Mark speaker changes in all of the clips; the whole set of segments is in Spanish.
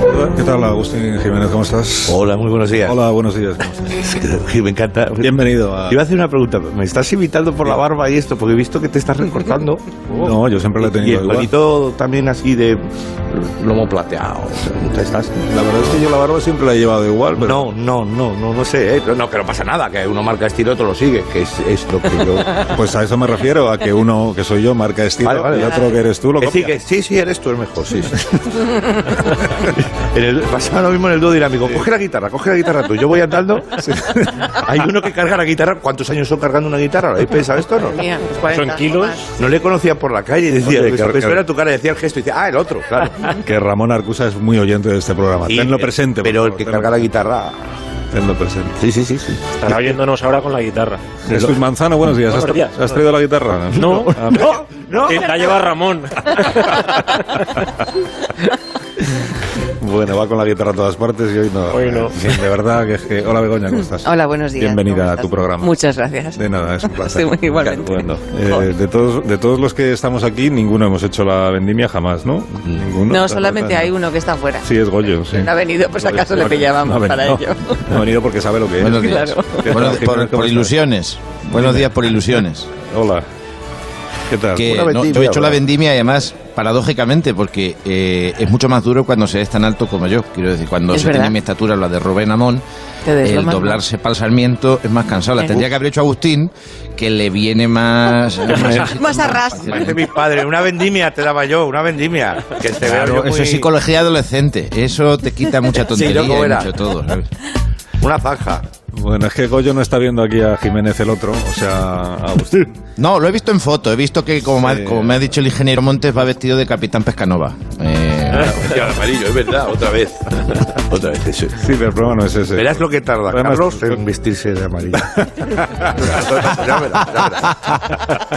Speaker 1: Hola, ¿Qué tal, Agustín Jiménez? ¿Cómo estás?
Speaker 2: Hola, muy buenos días.
Speaker 1: Hola, buenos días. ¿cómo estás?
Speaker 2: Es que Me encanta.
Speaker 1: Bienvenido a...
Speaker 2: Te Iba a hacer una pregunta. ¿Me estás imitando por la barba y esto? Porque he visto que te estás recortando.
Speaker 1: No, yo siempre lo he
Speaker 2: Y
Speaker 1: tenido
Speaker 2: el
Speaker 1: igual.
Speaker 2: pelito también así de lomo plateado. O sea, te estás-
Speaker 1: La verdad es que yo la barba siempre la he llevado igual, pero...
Speaker 2: No, no, no, no, no sé. ¿eh? No, que no pasa nada, que uno marca estilo, otro lo sigue, que es, es lo que yo...
Speaker 1: Pues a eso me refiero, a que uno, que soy yo, marca estilo,
Speaker 2: Vale, vale.
Speaker 1: y otro que eres tú lo
Speaker 2: Es decir,
Speaker 1: copia.
Speaker 2: que sí, sí, eres tú el mejor, sí. sí. En el- pasaba lo mismo en el dúo dinámico. Coge la guitarra, coge la guitarra tú. Yo voy andando. Hay uno que carga la guitarra. ¿Cuántos años son cargando una guitarra? ¿Lo habéis pensado esto o no?
Speaker 3: Mía, pues 40,
Speaker 4: kilos?
Speaker 3: más.
Speaker 2: No le conocía por la calle y decía,
Speaker 1: Hombre,
Speaker 2: pues,
Speaker 1: que-
Speaker 2: pues,
Speaker 1: que-
Speaker 2: era tu cara, decía el gesto y decía, ah, el otro, claro.
Speaker 1: Que Ramón Arcusa es muy oyente de este programa.
Speaker 2: Y- eh,
Speaker 1: tenlo presente. por
Speaker 2: Pero el
Speaker 1: favor,
Speaker 2: que
Speaker 1: tenlo-
Speaker 2: carga la guitarra.
Speaker 1: Tenlo presente.
Speaker 2: Sí, sí, sí. sí.
Speaker 4: Estará oyéndonos ahora con la guitarra.
Speaker 1: Jesús Manzano, buenos días. ¿Has,
Speaker 4: Buenos días.
Speaker 1: has traído la guitarra?
Speaker 4: No,
Speaker 1: Ah,
Speaker 4: no, no. La lleva Ramón.
Speaker 1: Ah, Bueno, va con la guitarra a todas partes y hoy no.
Speaker 4: Hoy no.
Speaker 1: Sí, de verdad que es que... Hola, Begoña, ¿cómo estás?
Speaker 3: Hola, buenos días. ¿cómo
Speaker 1: Bienvenida a
Speaker 3: estás?
Speaker 1: tu programa.
Speaker 3: Muchas gracias.
Speaker 1: De nada, es un placer.
Speaker 3: Sí, igualmente.
Speaker 1: Bueno, eh, de, todos, de todos los que estamos aquí, ninguno hemos hecho la vendimia jamás, ¿no? Ninguno.
Speaker 3: No, solamente hay uno que está fuera.
Speaker 1: Sí, es Goyo, sí.
Speaker 3: No ha venido, pues acaso
Speaker 1: Bueno,
Speaker 3: le
Speaker 1: no ha
Speaker 3: pillábamos
Speaker 1: venido.
Speaker 3: para ello.
Speaker 1: No ha venido porque sabe lo que
Speaker 5: Buenos
Speaker 1: es.
Speaker 5: días.
Speaker 3: Claro.
Speaker 1: ¿Qué tal,
Speaker 5: Buenos-
Speaker 1: Jiménez?
Speaker 5: por,
Speaker 1: ¿Cómo
Speaker 5: por
Speaker 1: estás?
Speaker 5: ilusiones. Buenos días por ilusiones.
Speaker 1: Hola. ¿Qué tal?
Speaker 5: Que
Speaker 2: Una
Speaker 5: no,
Speaker 2: vendimia,
Speaker 5: yo he hecho la
Speaker 2: ¿verdad?
Speaker 5: vendimia y además, paradójicamente, porque eh, es mucho más duro cuando se es tan alto como yo. Quiero decir, cuando
Speaker 3: Es
Speaker 5: se
Speaker 3: verdad.
Speaker 5: tiene mi estatura, la de Rubén Amón,
Speaker 3: Te
Speaker 5: el
Speaker 3: deslomas, ¿no?
Speaker 5: doblarse para el Sarmiento es más cansado. La
Speaker 3: Sí.
Speaker 5: tendría que haber hecho Agustín, que le viene más... más,
Speaker 3: Más a ras.
Speaker 2: Parece mi padre, una vendimia te daba yo, una vendimia. Que te veo yo
Speaker 5: Claro, eso
Speaker 2: muy-
Speaker 5: es psicología adolescente. Eso te quita mucha tontería
Speaker 2: luego
Speaker 5: y
Speaker 2: era.
Speaker 5: mucho todo, ¿sabes?
Speaker 2: Una faja.
Speaker 1: Bueno, es que Goyo no está viendo aquí a Jiménez el otro, o sea, a Agustín.
Speaker 5: No, lo he visto en foto. He visto que, como, me, ha- como me ha dicho el ingeniero Montes, va vestido de Capitán Pescanova. Eh,
Speaker 2: Hostia, el amarillo, es verdad, otra vez. Otra vez, eso.
Speaker 1: Sí, pero el problema no es ese.
Speaker 2: Verás lo que tarda
Speaker 1: Además,
Speaker 2: Carlos en vestirse de amarillo. ya verás, ya verás.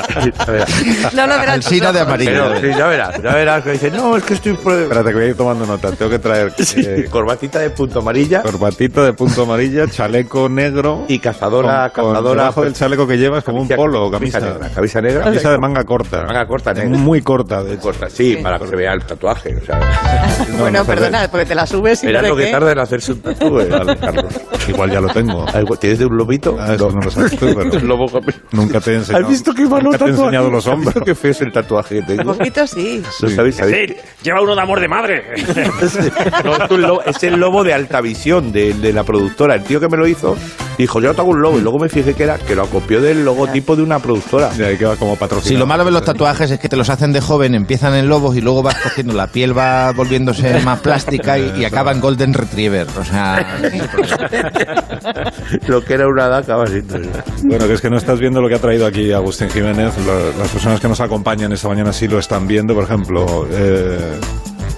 Speaker 2: Ya verás.
Speaker 3: No, no, verás.
Speaker 5: Alsina de amarillo.
Speaker 2: Pero, sí, ya verás, ya verás. que Dice, no, es que estoy... por-
Speaker 1: Espérate, que voy a ir tomando nota. Tengo que traer eh,
Speaker 2: Corbatita de punto amarilla.
Speaker 1: corbatita de punto amarilla, chaleco negro.
Speaker 2: Y cazadora,
Speaker 1: con- con
Speaker 2: cazadora. pues,
Speaker 1: debajo del chaleco que llevas como un polo o camisa.
Speaker 2: negra. Camisa negra.
Speaker 1: Camisa de manga corta.
Speaker 2: Manga corta, negra.
Speaker 1: Muy corta, de
Speaker 2: Muy
Speaker 1: hecho.
Speaker 2: corta, sí, para que se vea el tatuaje. O sea,
Speaker 3: Bueno,
Speaker 1: no,
Speaker 3: perdona, porque te la subes y
Speaker 2: verás
Speaker 3: no
Speaker 2: lo
Speaker 3: de
Speaker 2: que
Speaker 3: qué.
Speaker 2: tarda en hacerse un tatuaje. Vale, Carlos.
Speaker 1: Igual ya lo tengo.
Speaker 2: Ah, igual, ¿Tienes de un lobito?
Speaker 1: Ah, eso no lo sabes tú, pero
Speaker 2: Un lobo con-
Speaker 1: nunca te he enseñado.
Speaker 2: ¿Has visto qué malo
Speaker 1: nunca te he
Speaker 2: tatuaje?
Speaker 1: enseñado los
Speaker 2: ¿Has
Speaker 1: hombros.
Speaker 2: visto qué feo es el tatuaje que tengo?
Speaker 3: Un poquito sí.
Speaker 2: ¿No sabéis? ¿Sabéis?
Speaker 4: Sí, lleva uno de amor de madre.
Speaker 2: No, es, un lobo- es el lobo de alta visión de, de la productora. El tío que me lo hizo dijo, yo te hago un lobo. Y luego me fijé que era que lo acopió del logotipo de una productora.
Speaker 1: De ahí que va como patrocinado.
Speaker 5: Si lo malo de los tatuajes es que te los hacen de joven, empiezan en lobos y luego vas cogiendo la piel, va volviéndose más plástica y, y acaba en Golden Retriever. O sea,
Speaker 2: Lo que era una daca, así.
Speaker 1: Bueno, que es que no estás viendo lo que ha traído aquí Agustín Jiménez. Lo- las personas que nos acompañan esta mañana sí lo están viendo. Por ejemplo, eh,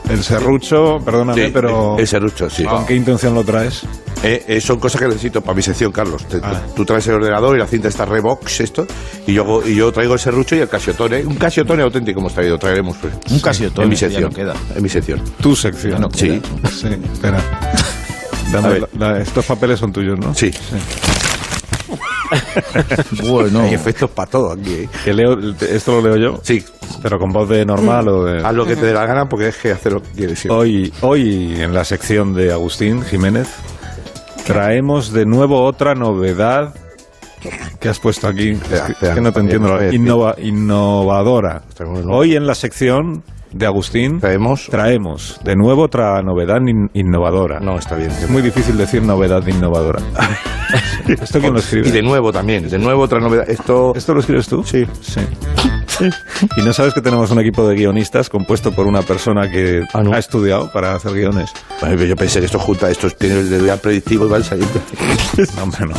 Speaker 1: el serrucho, perdóname, pero...
Speaker 2: El serrucho, sí.
Speaker 1: ¿Con qué intención lo traes?
Speaker 2: Eh, eh, son cosas que necesito para mi sección, Carlos. Te-
Speaker 1: Ah.
Speaker 2: Tú traes el ordenador y la cinta está Revox, esto, y yo, hago- y yo traigo el serrucho y el casiotone. Un casiotone auténtico hemos traído, traeremos. pues.
Speaker 5: un casiotone,
Speaker 2: En mi
Speaker 5: ya
Speaker 2: sección.
Speaker 5: no queda.
Speaker 2: En mi sección.
Speaker 1: Tu sección.
Speaker 5: No,
Speaker 2: Sí,
Speaker 1: Sí, espera.
Speaker 2: A
Speaker 1: Dame
Speaker 2: ver.
Speaker 1: la- la- estos papeles son tuyos, ¿no?
Speaker 2: sí.
Speaker 5: bueno,
Speaker 2: Hay efectos para todo aquí. ¿eh?
Speaker 1: Que leo, esto lo leo yo.
Speaker 2: Sí,
Speaker 1: Pero con voz de normal o de...
Speaker 2: haz lo que te dé la gana porque es que hacer lo que quieres. sí.
Speaker 1: Hoy, hoy en la sección de Agustín Jiménez traemos de nuevo otra novedad que has puesto aquí. Es que,
Speaker 2: Espera, espera,
Speaker 1: es que no te
Speaker 2: también
Speaker 1: entiendo.
Speaker 2: lo voy a
Speaker 1: la-
Speaker 2: decir.
Speaker 1: innova- innovadora.
Speaker 2: Traemos de nuevo.
Speaker 1: Hoy en la sección de Agustín
Speaker 2: Traemos-
Speaker 1: traemos de nuevo otra novedad in- innovadora.
Speaker 2: No, está bien.
Speaker 1: Es muy difícil decir novedad innovadora. ¿Esto quién lo escribe?
Speaker 2: Y de nuevo también, de nuevo otra novedad. Esto.
Speaker 1: ¿Esto lo escribes tú?
Speaker 2: Sí.
Speaker 1: Sí. ¿Y no sabes que tenemos un equipo de guionistas compuesto por una persona que
Speaker 2: Ah, no.
Speaker 1: ha estudiado para hacer guiones?
Speaker 2: Ay, pero Yo pensé que esto junta, esto tiene el dedo ya predictivo y van saliendo.
Speaker 1: No, hombre, no.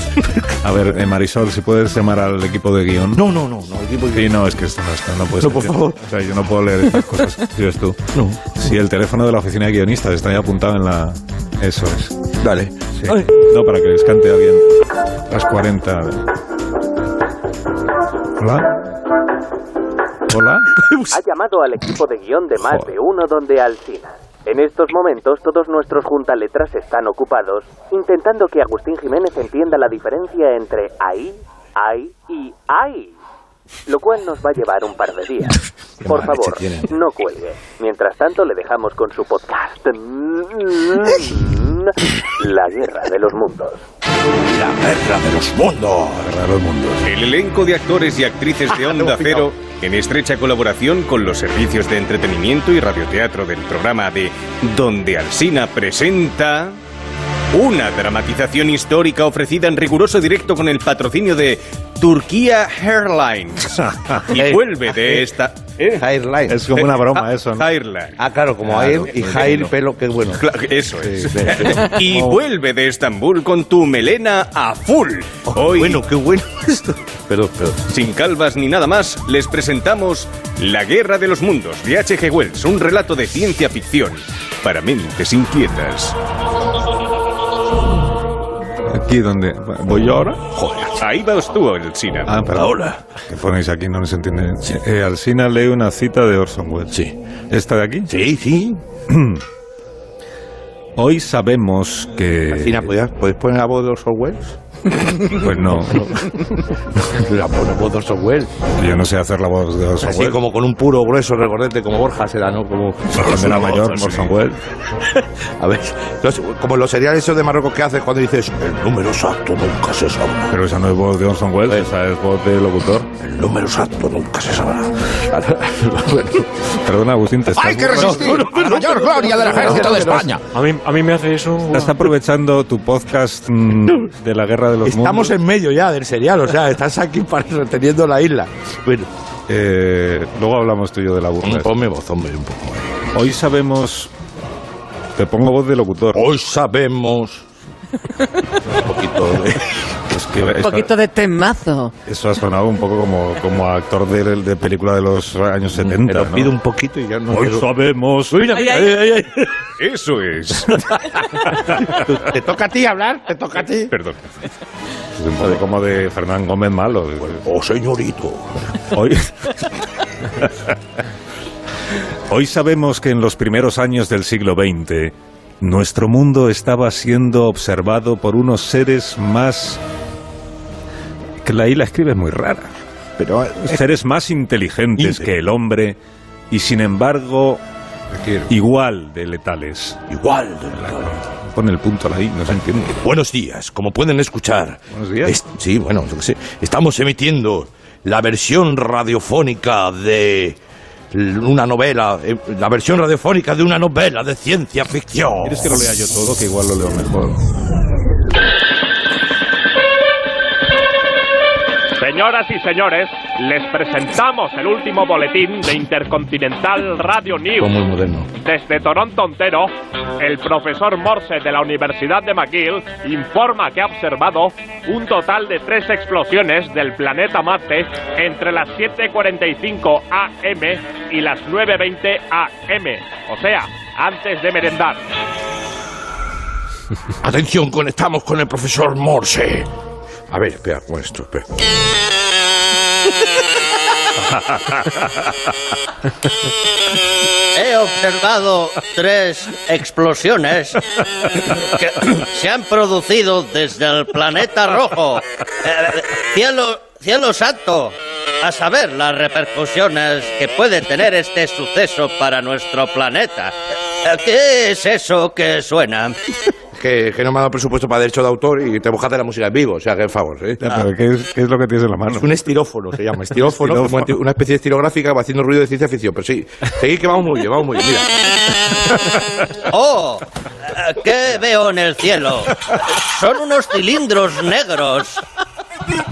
Speaker 1: A ver, eh, Marisol, si puedes llamar al equipo de guión.
Speaker 2: No, no, no, no. el tipo-
Speaker 1: Sí, no, es que esto no está, no puedes.
Speaker 2: No, por
Speaker 1: hacer.
Speaker 2: favor.
Speaker 1: O sea, yo no puedo leer estas cosas que escribes tú. No. Sí, el teléfono de la oficina de guionistas está ahí apuntado en la. Eso es.
Speaker 2: Dale.
Speaker 1: Sí. No, para que les cante a alguien las 40. Hola. Hola.
Speaker 6: ha llamado al equipo de guión de más de uno donde Alcina. En estos momentos todos nuestros juntaletras están ocupados intentando que Agustín Jiménez entienda la diferencia entre ahí, ahí y ahí. lo cual nos va a llevar un par de días. Por
Speaker 2: mala leche
Speaker 6: favor,
Speaker 2: tienen.
Speaker 6: no cuelgue. Mientras tanto, le dejamos con su podcast. La guerra de los mundos.
Speaker 2: La guerra de los mundos. La guerra de los mundos.
Speaker 7: El elenco de actores y actrices
Speaker 1: Ah,
Speaker 7: de Onda Cero, en estrecha colaboración con los servicios de entretenimiento y radioteatro del programa de Donde Alsina presenta una dramatización histórica ofrecida en riguroso directo con el patrocinio de Turquía Airlines. Y vuelve de esta... ¿Eh?
Speaker 2: Airline.
Speaker 1: Es como una broma eso, ¿no?
Speaker 7: Airlines.
Speaker 2: Ah, claro, como Air y Jair Pelo, qué bueno.
Speaker 7: Claro, eso es. Y vuelve de Estambul con tu melena a full.
Speaker 1: Oh,
Speaker 7: Hoy
Speaker 2: Bueno, qué bueno esto. Perdón, perdón.
Speaker 7: Sin calvas ni nada más, les presentamos La Guerra de los Mundos de H.G. Wells, un relato de ciencia ficción para mentes inquietas.
Speaker 1: Aquí donde... ¿Voy yo ahora?
Speaker 7: Joder, ahí vas tú, Elsina.
Speaker 1: Ah, perdón.
Speaker 2: Ahora.
Speaker 1: Que ponéis aquí, no se entiende. bien. Eh, Alsina lee una cita de Orson Welles.
Speaker 2: Sí.
Speaker 1: ¿Esta de aquí?
Speaker 2: Sí, sí.
Speaker 1: Hoy sabemos que...
Speaker 2: Cina, ¿podías- ¿podéis poner la voz de los Wells?
Speaker 1: Pues no,
Speaker 2: La pone voz de los Wells.
Speaker 1: yo no sé hacer la voz de Orson
Speaker 2: Así
Speaker 1: Welles.
Speaker 2: como con un puro grueso regordete, como Borja será, ¿no? Como
Speaker 1: Cuando era mayor, Orson Welles.
Speaker 2: A ver, los- como los seriales esos de Marruecos que haces cuando dices el número exacto nunca se sabrá.
Speaker 1: Pero esa no es voz de Orson Welles,
Speaker 2: Pues.
Speaker 1: esa es voz de locutor.
Speaker 2: El número exacto nunca se sabrá.
Speaker 1: Perdona, Agustín, te estás...
Speaker 5: ¡Hay que resistir! ¡A la mayor gloria del ejército de España!
Speaker 4: A mí, a mí me hace eso.
Speaker 1: Estás
Speaker 4: guau.
Speaker 1: aprovechando tu podcast mm, de la guerra de los mundos.
Speaker 2: Estamos en medio ya del serial, o sea, estás aquí para reteniendo la isla. Bueno,
Speaker 1: Eh, luego hablamos tú y yo de la burla.
Speaker 2: ponme voz, hombre, un poco.
Speaker 1: Hoy sabemos... Te pongo voz de locutor.
Speaker 2: Hoy sabemos. un poquito de.
Speaker 1: Es que
Speaker 3: Un
Speaker 1: esta-
Speaker 3: poquito de temazo.
Speaker 1: Eso ha sonado un poco como, como a actor de, de película de los años 70.
Speaker 2: Te lo
Speaker 1: ¿no?
Speaker 2: pido un poquito y ya no.
Speaker 1: Hoy
Speaker 2: quiero-
Speaker 1: sabemos.
Speaker 3: Ay, ay,
Speaker 7: Eso es.
Speaker 2: Te toca a ti hablar, te toca a ti.
Speaker 7: Perdón.
Speaker 1: Es un poco como de Fernán Gómez Malo.
Speaker 2: Oh, señorito.
Speaker 1: Hoy. Hoy sabemos que en los primeros años del siglo XX, nuestro mundo estaba siendo observado por unos seres más. que la I la escribe muy rara.
Speaker 2: Pero eh,
Speaker 1: Seres más inteligentes
Speaker 2: Inte-
Speaker 1: que el hombre y sin embargo igual de letales.
Speaker 2: igual.
Speaker 1: Pone el punto a la I, no se entiende.
Speaker 2: Buenos días, como pueden escuchar.
Speaker 1: Buenos días.
Speaker 2: es- sí, bueno, yo qué sé. Estamos emitiendo la versión radiofónica de l- una novela, eh, la versión radiofónica de una novela de ciencia ficción.
Speaker 1: ¿Quieres que lo lea yo todo? Que igual lo leo mejor.
Speaker 8: Señoras y señores, les presentamos el último boletín de Intercontinental Radio
Speaker 2: Como
Speaker 8: News.
Speaker 2: muy moderno.
Speaker 8: Desde Toronto, Ontero, el profesor Morse de la Universidad de McGill informa que ha observado un total de tres explosiones del planeta Marte entre las 7.45 AM y las 9.20 AM, o sea, antes de merendar.
Speaker 2: Atención, conectamos con el profesor Morse. A ver, espera, con esto, espera.
Speaker 9: He observado tres explosiones que se han producido desde el planeta rojo. Eh, cielo, cielo santo, a saber las repercusiones que puede tener este suceso para nuestro planeta. Eh, ¿Qué es eso que suena?
Speaker 2: Que, que no me ha dado presupuesto para derecho de autor y te mojaste la música en vivo, o sea, que favor, ¿eh?
Speaker 1: Ya, pero ¿qué es, qué es lo que tienes en la mano?
Speaker 2: Es un estirófono, se llama. Estirófono,
Speaker 1: Estirófono.
Speaker 2: como anti- una especie de estirográfica que va haciendo ruido de ciencia ficción. Pero sí, seguid que vamos muy bien, vamos muy bien. Mira,
Speaker 9: ¡Oh! eh, ¿Qué veo en el cielo? Son unos cilindros negros.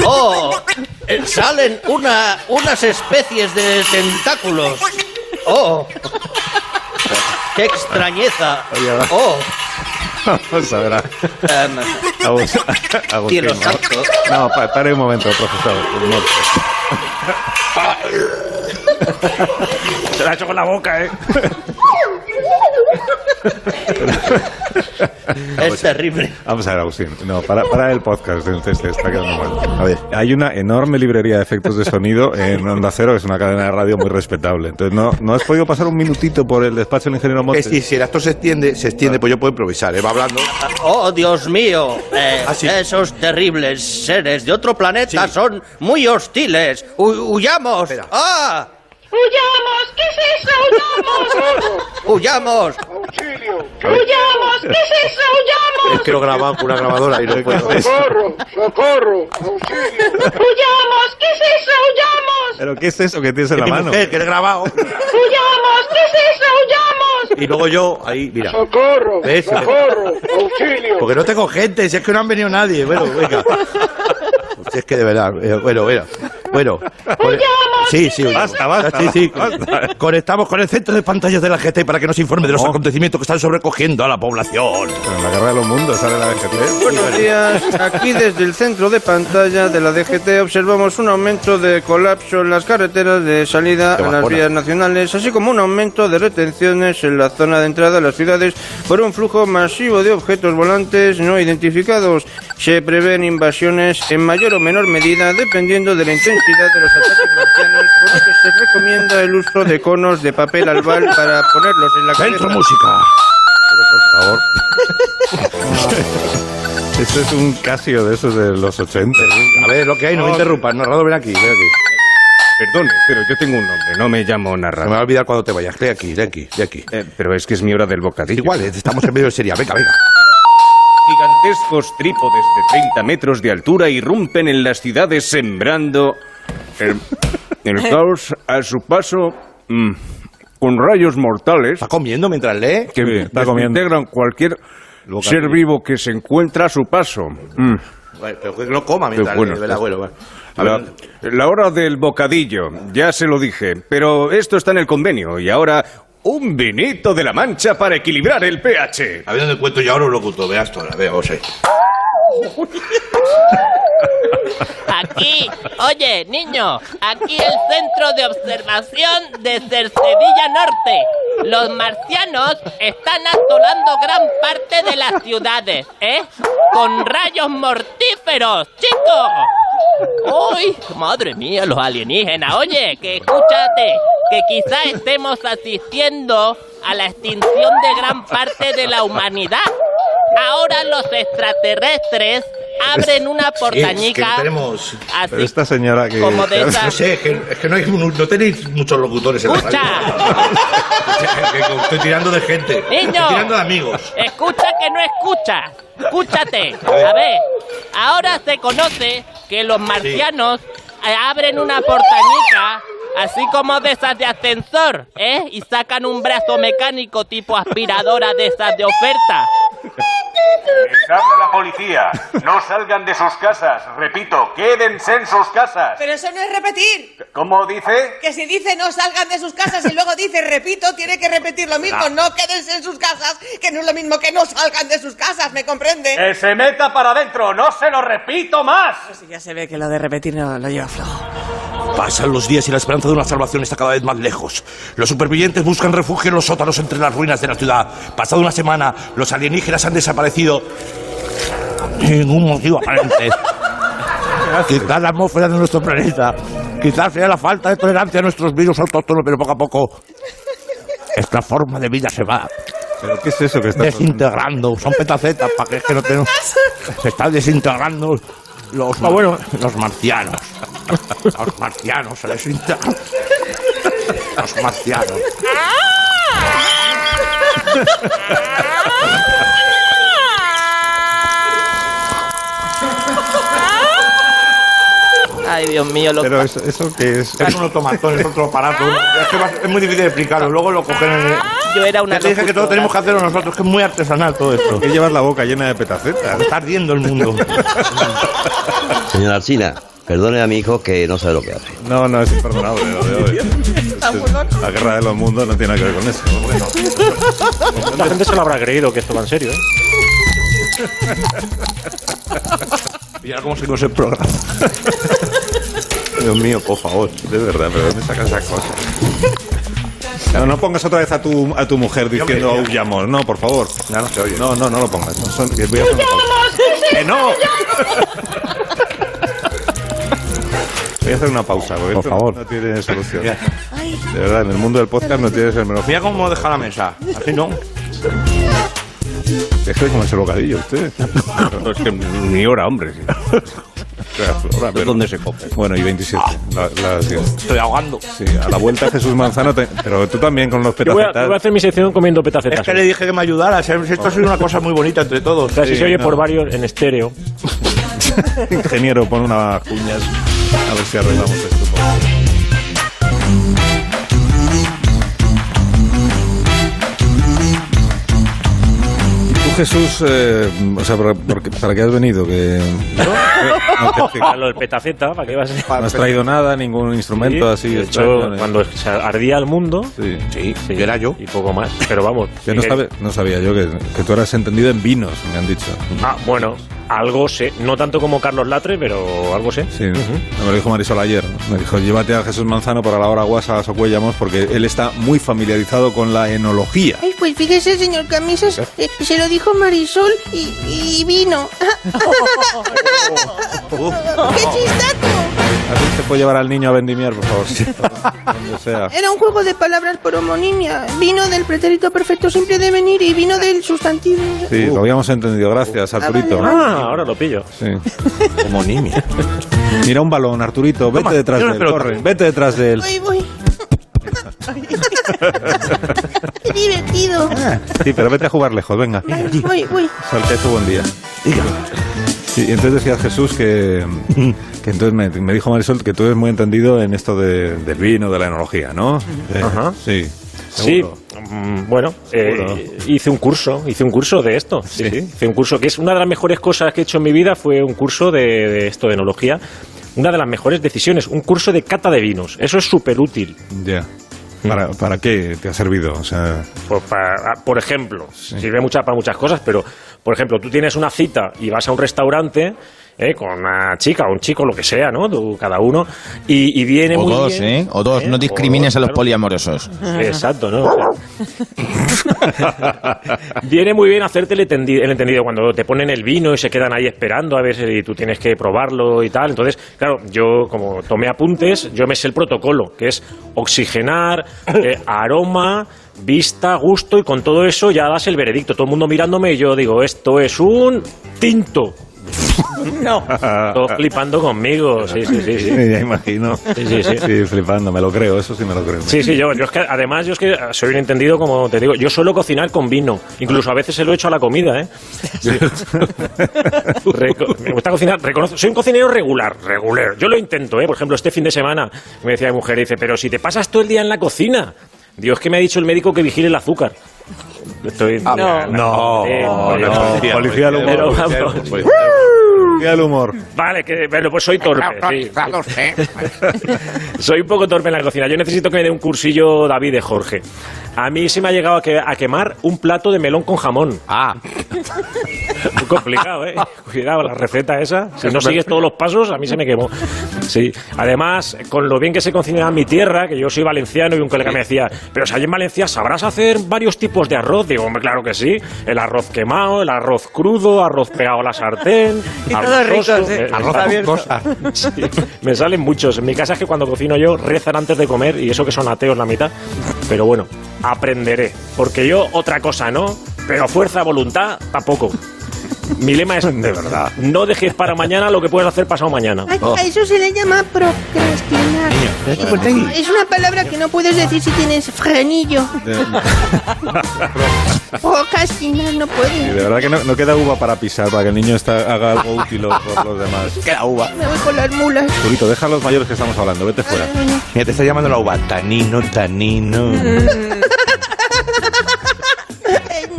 Speaker 9: ¡Oh! eh, Salen una, unas especies de tentáculos. ¡Oh! ¡Qué extrañeza! ¡Oh!
Speaker 1: Vamos a ver. a-
Speaker 9: em,
Speaker 1: Agus- Agustín,
Speaker 9: Cielo santo.
Speaker 1: No, pa- pare un momento, profesor. Un momento.
Speaker 4: Te la he hecho con la boca, ¿eh?
Speaker 9: Es terrible.
Speaker 1: Vamos a ver, Agustín. No, para, para el podcast. Entonces te está quedando mal.
Speaker 2: A ver.
Speaker 1: Hay una enorme librería de efectos de sonido en Onda Cero, que es una cadena de radio muy respetable. Entonces, ¿no, ¿no has podido pasar un minutito por el despacho del ingeniero Montes?
Speaker 2: Es decir, si el actor se extiende, se extiende, pues yo puedo improvisar. ¿eh? Va hablando.
Speaker 9: Oh, Dios mío, eh,
Speaker 2: Ah, sí.
Speaker 9: esos terribles seres de otro planeta son muy hostiles. Hu- ¡Huyamos!
Speaker 2: Espera.
Speaker 9: ¡Ah!
Speaker 10: ¡Huyamos! ¿Qué es eso? ¡Huyamos!
Speaker 9: ¡Huyamos!
Speaker 10: ¡Huyamos! ¿Qué es eso?
Speaker 2: Es
Speaker 10: ¡Huyamos!
Speaker 2: que lo graban con una grabadora y no puedo.
Speaker 10: ¡Socorro! ¡Socorro! ¡Huyamos! ¿Qué es eso? ¡Huyamos!
Speaker 1: ¿Pero qué es eso que tienes en la
Speaker 2: Mi
Speaker 1: mano?
Speaker 2: mujer, que le he grabado.
Speaker 10: ¡Huyamos! ¿Qué es eso? ¡Huyamos!
Speaker 2: Y luego yo, ahí, mira.
Speaker 10: ¡Socorro!
Speaker 2: ¿Ves?
Speaker 10: ¡Socorro! ¡Auxilio!
Speaker 2: Porque no tengo gente, si es que no han venido nadie. Bueno, venga. Si es que de verdad. eh, Bueno, bueno. Bueno. Con- Sí, sí, oye.
Speaker 1: Basta, basta,
Speaker 2: Sí, sí.
Speaker 1: basta.
Speaker 2: Conectamos con el centro de pantallas de la GT para que nos informe de los
Speaker 1: No.
Speaker 2: acontecimientos que están sobrecogiendo a la población.
Speaker 1: Pero en la guerra de los mundos sale la VGT.
Speaker 11: Buenos días, aquí desde el centro de pantalla de la DGT observamos un aumento de colapso en las carreteras de salida
Speaker 2: Qué
Speaker 11: a las
Speaker 2: bajona.
Speaker 11: vías nacionales, así como un aumento de retenciones en la zona de entrada a las ciudades por un flujo masivo de objetos volantes no identificados. Se prevén invasiones en mayor o menor medida dependiendo de la intensidad de los ataques marcianos, por lo que se recomienda el uso de conos de papel albal para ponerlos en la
Speaker 2: Centro
Speaker 11: cabeza.
Speaker 2: Música.
Speaker 1: Este es un Casio de esos de los 80.
Speaker 2: A ver, lo que hay, no me interrumpas. Narrador, ven aquí, ven aquí.
Speaker 7: Perdone, pero yo tengo un nombre, no me llamo
Speaker 2: Se me va
Speaker 1: Ah.
Speaker 7: narrador.
Speaker 2: a olvidar cuando te vayas. De aquí, de aquí, de aquí.
Speaker 7: Eh, pero es que es mi hora del bocadillo.
Speaker 2: Igual, eh, estamos en medio de serie. Venga, venga.
Speaker 7: Gigantescos trípodes de 30 metros de altura irrumpen en las ciudades sembrando el, el caos a su paso mm, con rayos mortales
Speaker 2: Está comiendo mientras lee.
Speaker 7: que
Speaker 1: Sí, está comiendo.
Speaker 7: desintegran cualquier ser vivo que se encuentra a su paso. Mm.
Speaker 2: Bueno, Pero que no coma mientras
Speaker 7: Qué bueno
Speaker 2: lee, ¿verdad?
Speaker 7: estás.
Speaker 2: Bueno, bueno. A
Speaker 7: La,
Speaker 2: ver,
Speaker 7: la hora del bocadillo, ya se lo dije, pero esto está en el convenio y ahora un vinito de la mancha para equilibrar el pH.
Speaker 2: a ver dónde encuentro yo ahora un locutor. Veas esto, ahora, vea, vamos ahí.
Speaker 10: Aquí, oye, niño, aquí el centro de observación de Cercedilla Norte. Los marcianos están asolando gran parte de las ciudades, ¿eh? Con rayos mortíferos, chicos. ¡Uy! Madre mía, los alienígenas. Oye, que escúchate, que quizá estemos asistiendo a la extinción de gran parte de la humanidad. Ahora los extraterrestres abren una
Speaker 2: Sí, es que no
Speaker 10: portañica
Speaker 2: tenemos...
Speaker 10: Así
Speaker 1: Pero esta señora que...
Speaker 10: como de esa.
Speaker 2: No sé, es que, es que no, hay, mu- no tenéis muchos locutores en la radio.
Speaker 10: Escucha.
Speaker 2: Es que Estoy tirando de gente. Estoy
Speaker 10: Niño.
Speaker 2: tirando de amigos.
Speaker 10: Escucha que no escucha. Escúchate. A ver, ahora se conoce que los marcianos eh, abren una portañica. Así como de esas de ascensor, ¿eh? Y sacan un brazo mecánico tipo aspiradora de esas de oferta.
Speaker 4: a la policía. No salgan de sus casas. Repito, quédense en sus casas.
Speaker 10: Pero eso no es repetir.
Speaker 4: ¿Cómo dice?
Speaker 10: Que si dice no salgan de sus casas y luego dice repito, tiene que repetir lo mismo. No quédense en sus casas, que no es lo mismo que no salgan de sus casas, ¿me comprende?
Speaker 4: Que se meta para adentro. No se lo repito más.
Speaker 3: Ya se ve que lo de repetir no lo lleva flojo.
Speaker 2: Pasan los días y la esperanza de una salvación está cada vez más lejos. Los supervivientes buscan refugio en los sótanos entre las ruinas de la ciudad. Pasada una semana, los alienígenas han desaparecido sin ningún motivo aparente. Quizás la atmósfera de nuestro planeta, quizás sea la falta de tolerancia a nuestros virus autóctonos, pero poco a poco esta forma de vida se va
Speaker 1: ¿Pero qué es eso que está...
Speaker 2: desintegrando. Son petacetas, para que es que no tenemos. Se están desintegrando los,
Speaker 12: Ah,
Speaker 2: los marcianos. Los marcianos se desintegran. Los marcianos.
Speaker 10: ¡Ah! Ay, Dios mío, lo
Speaker 1: Pero eso, eso que es...
Speaker 2: Es un automatón, es otro aparato. Es, que va- es muy difícil explicarlo. Luego lo cogen en el.
Speaker 10: yo era una
Speaker 2: Ya te dije que todo
Speaker 10: locutora.
Speaker 2: tenemos que hacerlo nosotros, que es muy artesanal todo esto.
Speaker 1: Que llevas la boca llena de petacetas.
Speaker 2: Está ardiendo el mundo.
Speaker 9: Señora Alcina, perdone a mi hijo que no sabe lo que hace.
Speaker 1: No, no, es imperdonable lo de hoy. Este La guerra de los mundos no tiene nada que ver con eso. Bueno,
Speaker 4: La gente se lo habrá creído que esto va en serio, ¿eh?
Speaker 2: Y ahora cómo se conoce el programa.
Speaker 1: Dios mío, por favor, de verdad, pero ¿dónde sacas esas cosas? No, no pongas otra vez a tu, a tu mujer diciendo aullamos. No, por favor. No, no, no, no lo pongas. No, son- voy a poner- ¡Que no! Voy a hacer una pausa, porque
Speaker 2: Por
Speaker 1: esto
Speaker 2: favor.
Speaker 1: no tiene solución. De verdad, en el mundo del podcast no tienes el menor.
Speaker 2: Mira cómo deja la mesa. Así no.
Speaker 1: Deje de comerse el bocadillo usted.
Speaker 7: es que ni hora, hombre.
Speaker 1: ¿Dónde se come? Bueno, y 27.
Speaker 12: Ah.
Speaker 1: La- las diez.
Speaker 2: Estoy ahogando.
Speaker 1: Sí, a la vuelta Jesús Manzano, te- pero tú también con los
Speaker 12: Yo voy, a,
Speaker 1: petacetas.
Speaker 12: yo voy a hacer mi sección comiendo petacetas.
Speaker 2: Es que le dije que me ayudara. Esto ha sido una cosa muy bonita entre todos.
Speaker 12: O sea, si
Speaker 2: Sí,
Speaker 12: se oye
Speaker 2: no.
Speaker 12: por varios en estéreo.
Speaker 1: Ingeniero, pon unas cuñas. A ver si arreglamos esto. por favor. Tú, Jesús, eh, o sea, ¿para, por qué- para qué has venido? Que no, que-
Speaker 4: Ah.
Speaker 12: Para lo del petaceta, ¿para qué vas a
Speaker 1: no has traído nada, ningún instrumento
Speaker 12: Sí,
Speaker 1: así.
Speaker 12: de hecho,
Speaker 1: extraño, ni-
Speaker 12: cuando se ardía el mundo. Sí,
Speaker 1: que era yo.
Speaker 12: Y poco más. Pero vamos.
Speaker 1: Yo no,
Speaker 12: que-
Speaker 1: sabe- no sabía yo que, que tú eras entendido en vinos, me han dicho.
Speaker 12: Ah, bueno, algo sé. No tanto como Carlos Latre, pero algo sé.
Speaker 1: Sí, me lo dijo Marisol ayer. Me dijo, llévate a Jesús Manzano para la hora guasa a Socuellamos porque él está muy familiarizado con la enología.
Speaker 13: Ay, pues fíjese, señor Camisas, eh, se lo dijo Marisol y, y vino. ¡Qué chistaco!
Speaker 1: ¿A ti te puedo llevar al niño a vendimiar, por favor? Sí, donde sea.
Speaker 13: Era un juego de palabras por homonimia. Vino del pretérito perfecto simple de venir y vino del sustantivo.
Speaker 1: Sí,
Speaker 12: Uh.
Speaker 1: lo habíamos entendido. Gracias, Arturito.
Speaker 12: Ah, ahora lo pillo.
Speaker 1: Sí. Homonimia. Mira un balón, Arturito. Vete
Speaker 12: Toma,
Speaker 1: detrás
Speaker 12: yo
Speaker 1: de
Speaker 12: no
Speaker 1: él.
Speaker 12: pelota.
Speaker 1: Corre, vete detrás de él.
Speaker 13: Voy, voy. Qué divertido.
Speaker 12: Ah.
Speaker 1: Sí, pero vete a jugar lejos, venga.
Speaker 13: Voy, voy.
Speaker 1: Salte tu buen día. Sí, y entonces decía Jesús que, que entonces me, me dijo Marisol que tú eres muy entendido en esto de- del vino, de la enología, ¿no? Eh,
Speaker 12: Ajá.
Speaker 1: Sí.
Speaker 12: Sí,
Speaker 1: seguro.
Speaker 12: mm, bueno, eh, hice un curso, hice un curso de esto. Sí, sí, hice un curso que es una de las mejores cosas que he hecho en mi vida fue un curso de, de esto de enología. Una de las mejores decisiones, un curso de cata de vinos. Eso es súper útil.
Speaker 1: Ya. ¿Para, ¿Para qué te ha servido? O sea,
Speaker 12: Pues para- por ejemplo, sirve mucha, para muchas cosas, pero por ejemplo, tú tienes una cita y vas a un restaurante eh, con una chica o un chico, lo que sea, ¿no? Tú, cada uno, y, y viene
Speaker 5: O
Speaker 12: muy
Speaker 5: dos,
Speaker 12: bien.
Speaker 5: ¿eh? O dos, no discrimines a los poliamorosos.
Speaker 12: Exacto, ¿no? O sea, viene muy bien hacerte el entendido, el entendido cuando te ponen el vino y se quedan ahí esperando a ver si tú tienes que probarlo y tal. Entonces, claro, yo como tomé apuntes, yo me sé el protocolo, que es oxigenar, eh, aroma, vista, gusto y con todo eso ya das el veredicto. Todo el mundo mirándome y yo digo, esto es un tinto. No. Todos flipando conmigo. Sí, sí, sí. sí.
Speaker 1: ya imagino.
Speaker 12: Sí, sí, sí.
Speaker 1: flipando, me lo creo, eso sí me lo creo.
Speaker 12: Sí, sí, yo, yo es que además yo es que soy un entendido, como te digo, yo suelo cocinar con vino, incluso a veces se lo echo a la comida, ¿eh? Reco- me gusta cocinar, reconozco, soy un cocinero regular, regular, yo lo intento, ¿eh? Por ejemplo, este fin de semana me decía mi mujer, dice, pero si te pasas todo el día en la cocina, Dios que me ha dicho el médico que vigile el azúcar. Estoy... Eh,
Speaker 1: Ah, no, no, no, policía, policía del humor,
Speaker 12: Pero
Speaker 1: policía del
Speaker 12: vamos.
Speaker 1: humor, policía. el humor.
Speaker 12: Vale, que, pero pues soy torpe. sí. Soy un poco torpe en la cocina. Yo necesito que me dé un cursillo David de Jorge. A mí se me ha llegado a, que- a quemar un plato de melón con jamón. Ah. Muy complicado, ¿eh? Cuidado, la receta esa. Si no sigues todos los pasos, a mí se me quemó. Sí. Además, con lo bien que se cocina en mi tierra, que yo soy valenciano y un colega me decía, pero si allí en Valencia sabrás hacer varios tipos de arroz. Digo, hombre, claro que sí. El arroz quemado, el arroz crudo, arroz pegado a la sartén.
Speaker 3: Y
Speaker 12: arroz
Speaker 3: todo rico,
Speaker 12: soso.
Speaker 3: sí.
Speaker 12: Eh,
Speaker 3: Arroz
Speaker 12: está
Speaker 3: con
Speaker 12: bien. Sí, me salen muchos. En mi casa es que cuando cocino yo rezan antes de comer y eso que son ateos la mitad. Pero bueno, aprenderé. Porque yo otra cosa no, pero fuerza, voluntad, tampoco. Mi lema es, de verdad, no dejes para mañana lo que puedes hacer pasado mañana.
Speaker 13: Ay,
Speaker 14: Oh.
Speaker 13: A eso se le llama procrastinar. Es una palabra que no puedes decir si tienes frenillo. Procrastinar no
Speaker 1: Y
Speaker 13: puedes.
Speaker 1: de verdad que no, no queda uva para pisar, para que el niño está- haga algo útil por los demás.
Speaker 2: Queda uva.
Speaker 13: Me voy con las mulas.
Speaker 1: Turito, deja a los mayores que estamos hablando, vete fuera.
Speaker 2: Mira, te está llamando la uva. Tanino, tanino.
Speaker 13: Eh,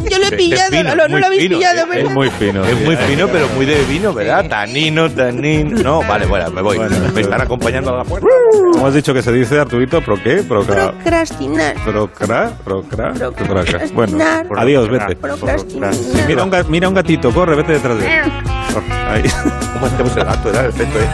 Speaker 13: Yo lo he pillado,
Speaker 2: Es
Speaker 13: lo- no
Speaker 2: muy
Speaker 13: lo habéis
Speaker 2: fino,
Speaker 13: pillado,
Speaker 2: es-
Speaker 13: ¿verdad?
Speaker 1: muy fino.
Speaker 2: Es
Speaker 1: sí,
Speaker 2: muy
Speaker 1: eh.
Speaker 2: fino, pero muy de vino, ¿verdad? Tanino, tanino. No, vale, bueno, me voy. me están acompañando a la puerta.
Speaker 1: ¿Cómo has dicho que se dice, Arturito? ¿Pro qué? ¿Pro ca-
Speaker 13: Procrastinar.
Speaker 1: procra? ¿Procra? Procra. Bueno,
Speaker 13: Procrastinar.
Speaker 1: adiós, vete.
Speaker 13: Procrastinar.
Speaker 1: Sí, Mira un, ga- mira un gatito, corre, vete detrás de él. Oh, Ahí.
Speaker 2: ¿Cómo hacemos el gato? Era el efecto, ¿eh?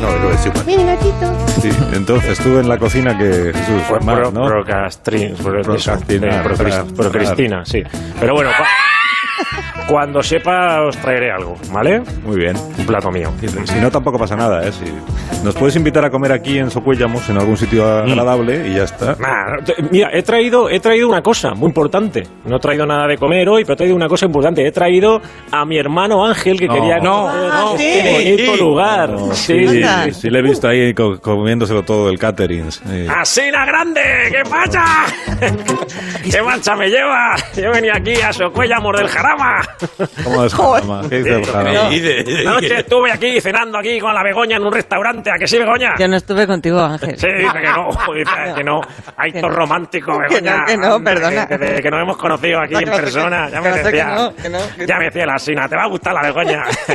Speaker 2: No, no es igual.
Speaker 13: Mira, gatito.
Speaker 1: Sí, entonces tú en la cocina que Jesús,
Speaker 12: Pro-
Speaker 1: más,
Speaker 12: pro-
Speaker 1: ¿no?
Speaker 12: procrastrin- pro-
Speaker 1: Procrastinar,
Speaker 12: eh, pro-
Speaker 1: claro, claro.
Speaker 12: pro- Cristina, sí. Pero bueno, cua- cuando sepa os traeré algo, ¿vale?
Speaker 1: Muy bien.
Speaker 12: Un plato mío.
Speaker 1: Si no, tampoco pasa nada, ¿eh? Si- Nos puedes invitar a comer aquí en Socuellamos, en algún sitio agradable, y ya está.
Speaker 12: Nah, te- mira, he traído, he traído una cosa muy importante. No he traído nada de comer hoy, pero he traído una cosa importante. He traído a mi hermano Ángel que
Speaker 1: No.
Speaker 12: quería
Speaker 1: No, Ah,
Speaker 12: conocer
Speaker 1: sí,
Speaker 12: este bonito
Speaker 1: sí.
Speaker 12: lugar.
Speaker 1: No,
Speaker 12: sí, sí,
Speaker 1: sí, sí, le he visto ahí co- comiéndoselo todo el catering. sí.
Speaker 2: Ah,
Speaker 12: ¡Asina grande! ¡Qué pasa? ¡Qué mancha me lleva! Yo venía aquí a Socuellamos del Jarama.
Speaker 1: ¿Cómo es Jarama? ¿Qué dice el Jarama?
Speaker 12: Anoche estuve aquí cenando aquí con la Begoña en un restaurante. ¿A que sí, Begoña?
Speaker 3: Yo no estuve contigo, Ángel.
Speaker 12: Sí, dice que no, dice que no. Hay
Speaker 3: Que
Speaker 12: todo
Speaker 3: no.
Speaker 12: romántico,
Speaker 3: Que
Speaker 12: Begoña.
Speaker 3: no, que no,
Speaker 12: Anda,
Speaker 3: perdona.
Speaker 12: Que, que- que nos hemos conocido aquí
Speaker 3: No, que
Speaker 12: en
Speaker 3: no sé que-
Speaker 12: persona. Ya
Speaker 3: que
Speaker 12: me
Speaker 3: no sé que
Speaker 12: decía.
Speaker 3: no, que no, que
Speaker 12: ya me decía la Sina, te va a gustar la Begoña.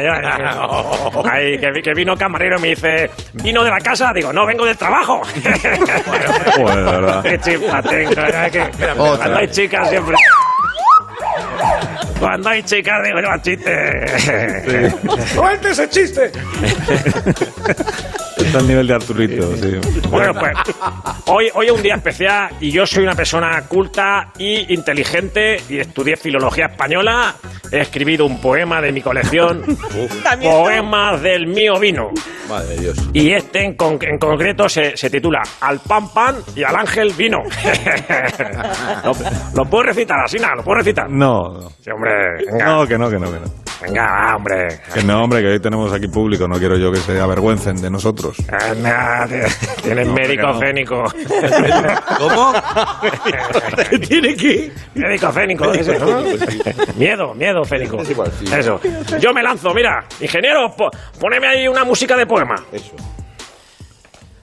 Speaker 12: Ay, que, vi- que vino camarero y me dice, ¿vino de la casa? Digo, no, vengo del trabajo.
Speaker 1: Joder, de verdad.
Speaker 12: Qué chispa tengo. ya que-
Speaker 1: Otra.
Speaker 12: Cuando hay chicas siempre... Cuando hay chicas digo, no, chiste. ¡Suelte ese chiste!
Speaker 1: Está al nivel de Arturito, sí.
Speaker 12: Bueno, pues hoy, hoy es un día especial y yo soy una persona culta y inteligente y estudié filología española. He escribido un poema de mi colección, Poemas del mío vino.
Speaker 2: Madre de Dios.
Speaker 12: Y este en, con- en concreto se, se titula Al pan pan y al ángel vino. lo, lo puedo recitar, Asina, lo puedo recitar.
Speaker 1: No, no.
Speaker 12: Sí, hombre, venga.
Speaker 1: No, que no, que no, que no.
Speaker 12: Venga, va, hombre.
Speaker 1: Que no, hombre, que hoy tenemos aquí público, no quiero yo que se avergüencen de nosotros.
Speaker 12: Anda, t- Tienes
Speaker 1: No,
Speaker 12: Ah, médico
Speaker 1: porque
Speaker 12: fénico. ¿Cómo? ¿Tiene qué? Médico fénico, pues ese, ¿no? Miedo, miedo fénico. Eso. Yo me lanzo, mira. Ingeniero, po- poneme ahí una música de poema.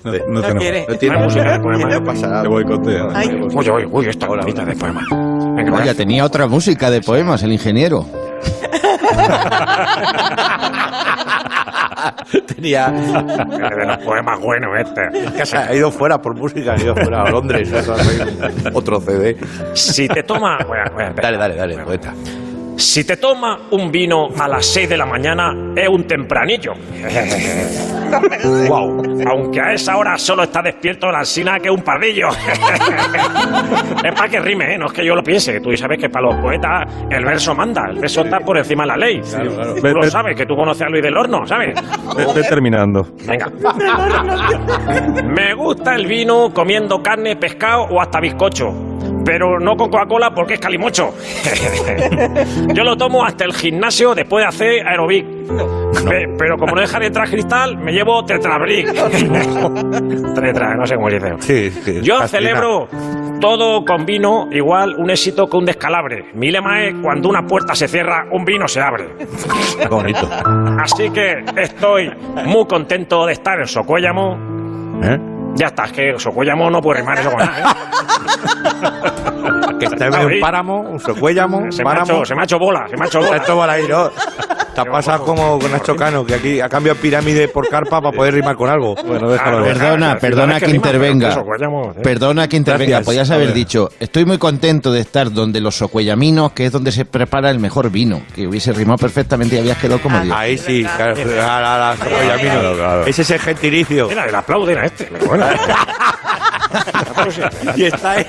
Speaker 1: No, no
Speaker 12: No quiere.
Speaker 1: tenemos.
Speaker 12: No tiene música de poema.
Speaker 1: No pasa nada. Te boicotea.
Speaker 12: Ay. Uy, uy, uy, esta bonita de poema. Venga,
Speaker 5: Vaya, tenía otra música de poemas, el ingeniero.
Speaker 2: Tenía.
Speaker 12: de los poemas buenos este.
Speaker 2: Que se ha ido fuera por música, ha ido fuera a Londres. eso, Otro CD.
Speaker 12: Si te toma... bueno, bueno,
Speaker 2: Dale, dale, dale, poeta.
Speaker 12: Si te toma un vino a las 6 de la mañana, es un tempranillo. Guau. Aunque a esa hora solo está despierto la ansina que es un pardillo. es para que rime, ¿eh? no es que yo lo piense. Tú sabes que para los poetas el verso manda, el verso está por encima de la ley. Tú
Speaker 1: Ve-
Speaker 12: lo
Speaker 1: ve-
Speaker 12: sabes, que tú conoces a Luis del Horno, ¿sabes?
Speaker 1: Ve- ve terminando.
Speaker 12: Venga. Me gusta el vino comiendo carne, pescado o hasta bizcocho. Pero no con Coca-Cola porque es calimocho. Yo lo tomo hasta el gimnasio después de hacer aerobic. Pe- Pero como no deja detrás cristal, me llevo tetrabric. Tetra, no sé cómo se dice. Yo celebro todo con vino igual un éxito que un descalabre. Mi lema es cuando una puerta se cierra, un vino se abre.
Speaker 2: bonito.
Speaker 12: Así que estoy muy contento de estar en Socuéllamo.
Speaker 2: ¿Eh?
Speaker 12: Ya está, es que Socuéllamo no puede rimar eso con nada. ¿eh?
Speaker 2: Que está en un páramo, un socuéllamo,
Speaker 12: Se me, ha
Speaker 2: páramo.
Speaker 12: hecho, se me ha hecho bola, se me ha hecho
Speaker 2: Se ha
Speaker 12: bola.
Speaker 2: hecho bola ahí, ¿no? Te ha pasado como con Nacho Cano, que aquí ha cambiado pirámide por carpa para poder rimar con algo.
Speaker 1: Bueno,
Speaker 12: déjalo.
Speaker 2: Pues ah,
Speaker 5: Perdona, perdona que intervenga.
Speaker 12: ¿eh?
Speaker 5: Perdona que intervenga.
Speaker 2: eh. Gracias.
Speaker 5: Podías
Speaker 2: A
Speaker 5: haber
Speaker 2: ver.
Speaker 5: dicho, estoy muy contento de estar donde los socuellaminos, que es donde se prepara el mejor vino, que hubiese rimado perfectamente y habías quedado como Dios.
Speaker 2: Ah, Ahí sí, claro. la, la, la, socuellamino.
Speaker 1: Claro, claro.
Speaker 2: Ese es el gentilicio.
Speaker 12: Mira, el aplaude era este. pero Bueno,
Speaker 5: este
Speaker 2: Y está ahí.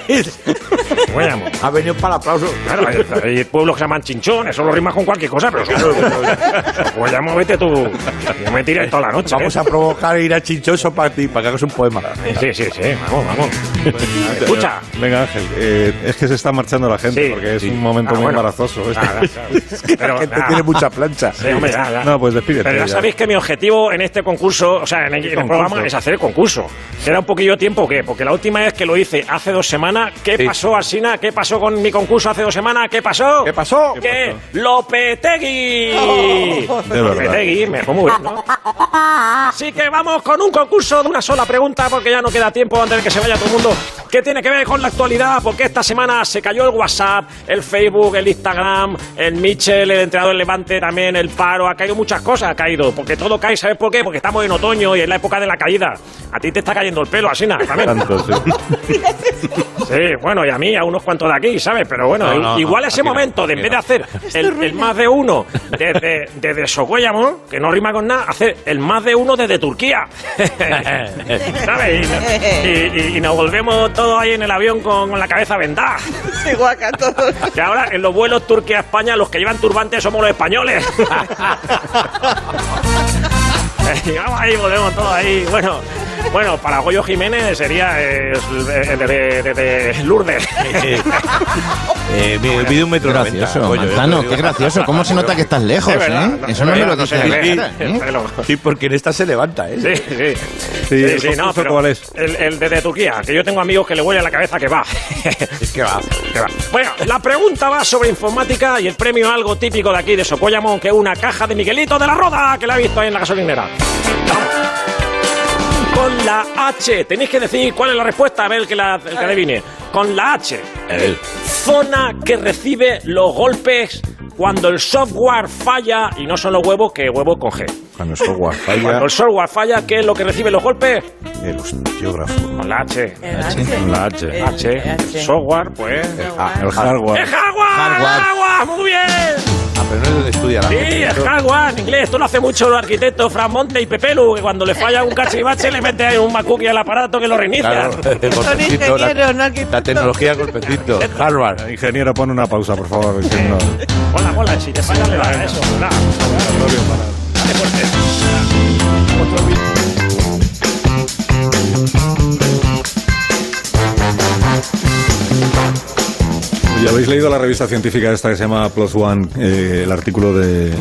Speaker 12: Socuéllamo.
Speaker 2: Ha venido para el aplauso.
Speaker 12: Claro, hay, hay pueblos que se llaman chinchón, eso lo rimas con cualquier cosa, pero Socuéllamo, vete tú. Yo me tiré toda la noche.
Speaker 2: Vamos
Speaker 12: ¿eh?
Speaker 2: a provocar ir a Chinchoso para ti, para que hagas un poema.
Speaker 12: Sí, sí, sí, vamos, vamos.
Speaker 1: Pues,
Speaker 12: Escucha.
Speaker 1: Venga, Ángel, eh, es que se está marchando la gente
Speaker 12: Sí,
Speaker 1: porque es un momento
Speaker 12: Ah,
Speaker 1: muy
Speaker 12: bueno.
Speaker 1: embarazoso. este.
Speaker 12: Ah, claro. Pero,
Speaker 2: Que te
Speaker 12: ah,
Speaker 2: tiene mucha plancha.
Speaker 12: sí, hombre, ya, ya.
Speaker 1: No, pues despídete.
Speaker 12: Pero ya
Speaker 1: ya.
Speaker 12: sabéis que mi objetivo en este concurso, o sea, en el, en el
Speaker 1: concurso?
Speaker 12: programa, es hacer el concurso. Era un poquillo tiempo que, porque la última vez que lo hice hace dos semanas, ¿qué pasó, Alsina? ¿Qué pasó con mi concurso hace dos semanas? ¿Qué pasó?
Speaker 2: ¿Qué pasó? Oh.
Speaker 12: ¡Que Lopetegui!
Speaker 1: De verdad.
Speaker 12: Lopetegui, me pongo bien, ¿no? Así que vamos con un concurso de una sola pregunta porque ya no queda tiempo antes de que se vaya todo el mundo. ¿Qué tiene que ver con la actualidad? Porque esta semana se cayó el WhatsApp, el Facebook, el Instagram, el Mitchell, el entrenador del Levante también, el paro. Ha caído muchas cosas, ha caído. Porque todo cae, ¿sabes por qué? Porque estamos en otoño y es la época de la caída. A ti te está cayendo el pelo, Asina, también.
Speaker 1: Tanto, sí.
Speaker 12: Sí, bueno, y a mí, a un unos cuantos de aquí, ¿sabes? Pero bueno,
Speaker 14: No, no,
Speaker 12: igual
Speaker 14: no,
Speaker 12: ese
Speaker 14: aquí no,
Speaker 12: momento de en
Speaker 14: aquí
Speaker 12: vez de hacer el, el más de uno desde, desde Socollamo, que no rima con nada, hacer el más de uno desde Turquía. ¿Sabes? Y, y- y nos volvemos todos ahí en el avión con, con la cabeza vendada.
Speaker 13: Se guaca todo.
Speaker 12: Que ahora en los vuelos Turquía-España los que llevan turbantes somos los españoles. Y vamos ahí, volvemos todos ahí. Bueno, bueno para Goyo Jiménez sería eh, eh, de, de- de- de Lourdes.
Speaker 2: Eh, mide- mide un metro
Speaker 5: gracioso,
Speaker 2: noventa, coño, yo
Speaker 12: ¿eh?
Speaker 5: Manzano,
Speaker 2: te digo.
Speaker 5: qué gracioso. ¿Cómo se nota que estás lejos,
Speaker 2: Es verdad,
Speaker 5: eh? Eso no me lo
Speaker 2: se
Speaker 5: dice la
Speaker 2: ve.
Speaker 5: cara, ¿eh?
Speaker 2: Sí, porque en esta se levanta, ¿eh?
Speaker 12: Sí, sí.
Speaker 2: Sí, el confuso, ¿cuál
Speaker 1: es?
Speaker 12: El, el de, de Turquía, que yo tengo amigos que le huele a la cabeza que va.
Speaker 2: Es que va.
Speaker 12: Que va. Bueno, la pregunta va sobre informática y el premio algo típico de aquí de Socollamo, que es una caja de Miguelito de la Roda, que la he visto ahí en la gasolinera. Con la H, tenéis que decir cuál es la respuesta, a ver el que la el que adivine. Con la H, zona que recibe los golpes cuando el software falla, y no son los huevos, que huevos con G.
Speaker 2: Cuando soy guapa,
Speaker 12: Cuando el software falla, ¿qué es lo que recibe los golpes?
Speaker 2: el osteógrafo.
Speaker 12: Con la H.
Speaker 2: La H.
Speaker 12: El Eh, H. Software, pues.
Speaker 2: Ah, el hardware.
Speaker 12: ¡Es hardware! ¡Muy bien!
Speaker 2: Ah, pero no es donde estudia la
Speaker 12: Sí,
Speaker 2: gente.
Speaker 12: es hardware en inglés. Esto lo hace mucho los arquitectos Fran Monte y Pepelu, que cuando le falla un cachivache le mete ahí un macuqui al aparato que lo reinicia.
Speaker 2: Claro, el golpecito, la, la tecnología del golpecito. Harvard.
Speaker 1: Ingeniero, pon una pausa, por favor. que no-
Speaker 12: Hola, hola, si te falla le da eso. da. Dale fuerte.
Speaker 1: ¿Ya habéis leído la revista científica esta que se llama Plus One? eh, el artículo de...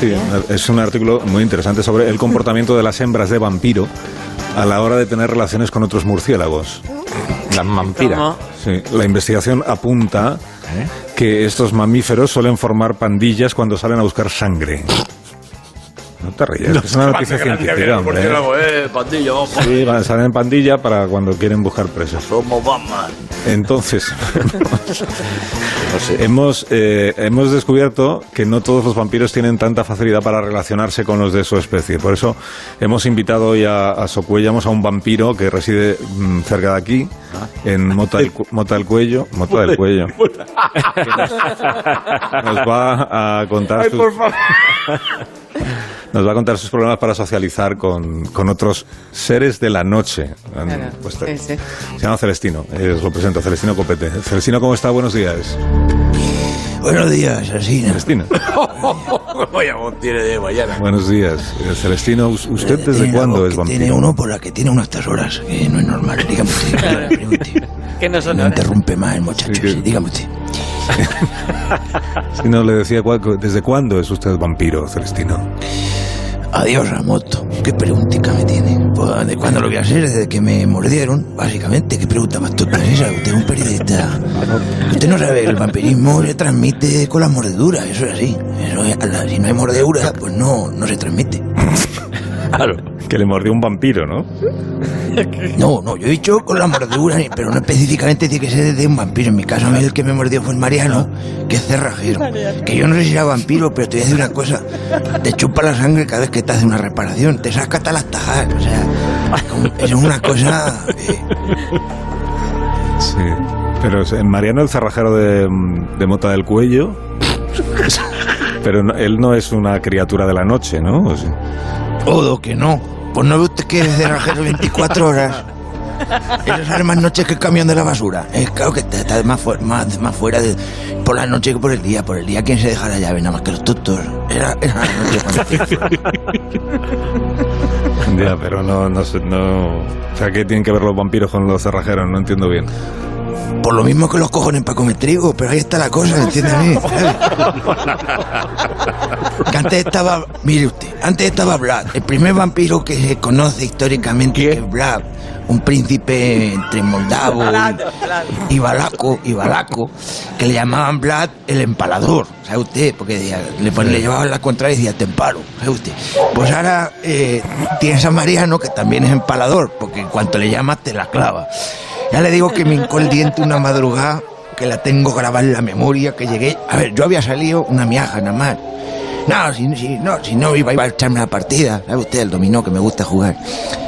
Speaker 1: Sí, es un artículo muy interesante sobre el comportamiento de las hembras de vampiro a la hora de tener relaciones con otros murciélagos.
Speaker 2: Las vampiras.
Speaker 1: Sí, la investigación apunta que estos mamíferos suelen formar pandillas cuando salen a buscar sangre. No te rías, que es una noticia científica, hombre.
Speaker 14: eh, pandilla, ojo.
Speaker 1: Sí, van- salen en pandilla para cuando quieren buscar presos.
Speaker 14: Somos Batman.
Speaker 1: Entonces, hemos, eh, hemos descubierto que no todos los vampiros tienen tanta facilidad para relacionarse con los de su especie. Por eso hemos invitado hoy a, a Socuellamos a un vampiro que reside mm, cerca de aquí,
Speaker 14: Ah.
Speaker 1: en Mota del, Cu- Mota del Cuello. Mota del Cuello. Nos va a contar
Speaker 14: Ay,
Speaker 1: sus-
Speaker 14: por favor.
Speaker 1: nos va a contar sus problemas para socializar con, con otros seres de la noche. Han puesto- Se llama Celestino, eh, os lo presento, Celestino Copete. Celestino, ¿cómo está? Buenos días.
Speaker 14: Buenos días, Asina.
Speaker 1: Celestino,
Speaker 14: Vaya montiere de Guayana. Eh,
Speaker 1: buenos días. Eh, Celestino, ¿us- ¿usted desde cuándo es vampiro?
Speaker 14: Tiene uno por la que tiene uno a estas horas, que no es normal. Dígame usted, dígame, pregunte.
Speaker 10: Que no son
Speaker 14: No interrumpe más el muchacho, sí, dígame usted.
Speaker 1: Si no, le decía, ¿cuál- ¿desde cuándo es usted vampiro, Celestino?
Speaker 14: Adiós, Ramoto. Qué preguntica me tiene. Pues, ¿de cuándo lo voy a hacer? Desde que me mordieron, básicamente. ¿Qué pregunta más tonta es esa? Usted es un periodista. Usted no sabe, el vampirismo se transmite con las mordeduras, eso es así. Eso es- a la- si no hay mordedura, pues no, no se transmite.
Speaker 1: Claro. Que le mordió un vampiro, ¿no?
Speaker 14: No, no, yo he dicho con la mordedura, pero no específicamente tiene que ser de un vampiro. En mi caso, a mí el que me mordió fue el Mariano, que es cerrajero. Que yo no sé si era vampiro, pero te voy a decir una cosa. Te chupa la sangre cada vez que te hace una reparación. Te saca hasta las tajas. O sea, es una cosa... eh,
Speaker 1: Sí. Pero es- eh, Mariano, el cerrajero de, mm, de Mota del Cuello. Pero no- él no es una criatura de la noche, ¿no? O sea,
Speaker 14: Todo que no. Pues no ve usted que es cerrajero 24 horas. Esas armas noches que cambian de la basura. Es claro que está, está más, fu- más, más fuera de- por la noche que por el día. Por el día, ¿quién se deja la llave? Nada más que los tutos. Era, era la noche cuando-
Speaker 1: ya, pero no, no sé, no. O sea, ¿qué tienen que ver los vampiros con los cerrajeros? No entiendo bien.
Speaker 14: Por lo mismo que los cojones para comer trigo, pero ahí está la cosa, ¿entiéndeme? Que antes estaba, mire usted, antes estaba Vlad, el primer vampiro que se conoce históricamente que es Vlad, un príncipe entre moldavo y, y balaco, y balaco, que le llamaban Vlad el empalador, ¿sabe usted? Porque decía- le, pon- le llevaban la contraria y decía, te empalo, ¿sabe usted? Pues ahora eh, tienes a Mariano, que también es empalador, porque en cuanto le llamas te la clava. Ya le digo que me hincó el diente una madrugada, que la tengo grabada en la memoria, que llegué. A ver, yo había salido una miaja nada más. No, si, si- no, si no iba, iba a echarme la partida. ¿Sabe usted el dominó que me gusta jugar?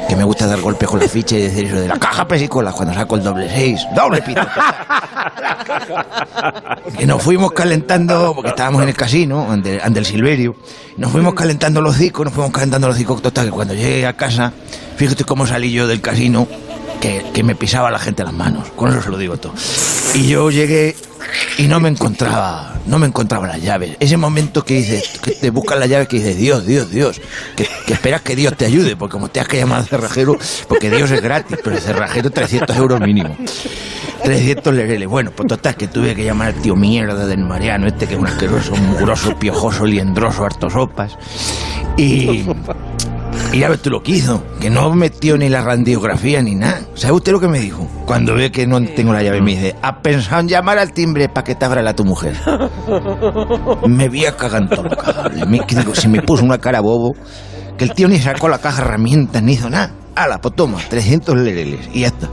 Speaker 14: Que me gusta dar golpes con la ficha y decir eso de la caja pesicola cuando saco el doble seis. ¡Doble pito! que nos fuimos calentando, porque estábamos en el casino, ante, ante el Silverio, nos fuimos calentando los discos, nos fuimos calentando los discos, total, que cuando llegué a casa, fíjate cómo salí yo del casino, que, que me pisaba la gente las manos, con eso se lo digo todo. Y yo llegué y no me encontraba, no me encontraba las llaves. Ese momento que dices, que te buscas las llaves, que dices, Dios, Dios, Dios, que, que esperas que Dios te ayude, porque como te has que llamar al cerrajero, porque Dios es gratis, pero el cerrajero 300 euros mínimo. 300 lereles. Bueno, pues total, que tuve que llamar al tío mierda del Mariano, este que es un asqueroso, mugroso, piojoso, liendroso, harto sopas. Y. Y ya ves tú lo que hizo, que no metió ni la randiografía ni nada. ¿Sabe usted lo que me dijo? Cuando ve que no tengo la llave, me dice: ¿Has pensado en llamar al timbre para que te abra la tu mujer? Me vi a cagar en todo lo cagable. Me, que digo, se me puso una cara bobo que el tío ni sacó la caja de herramientas ni hizo nada. Ala, pues toma, 300 lereles y ya está.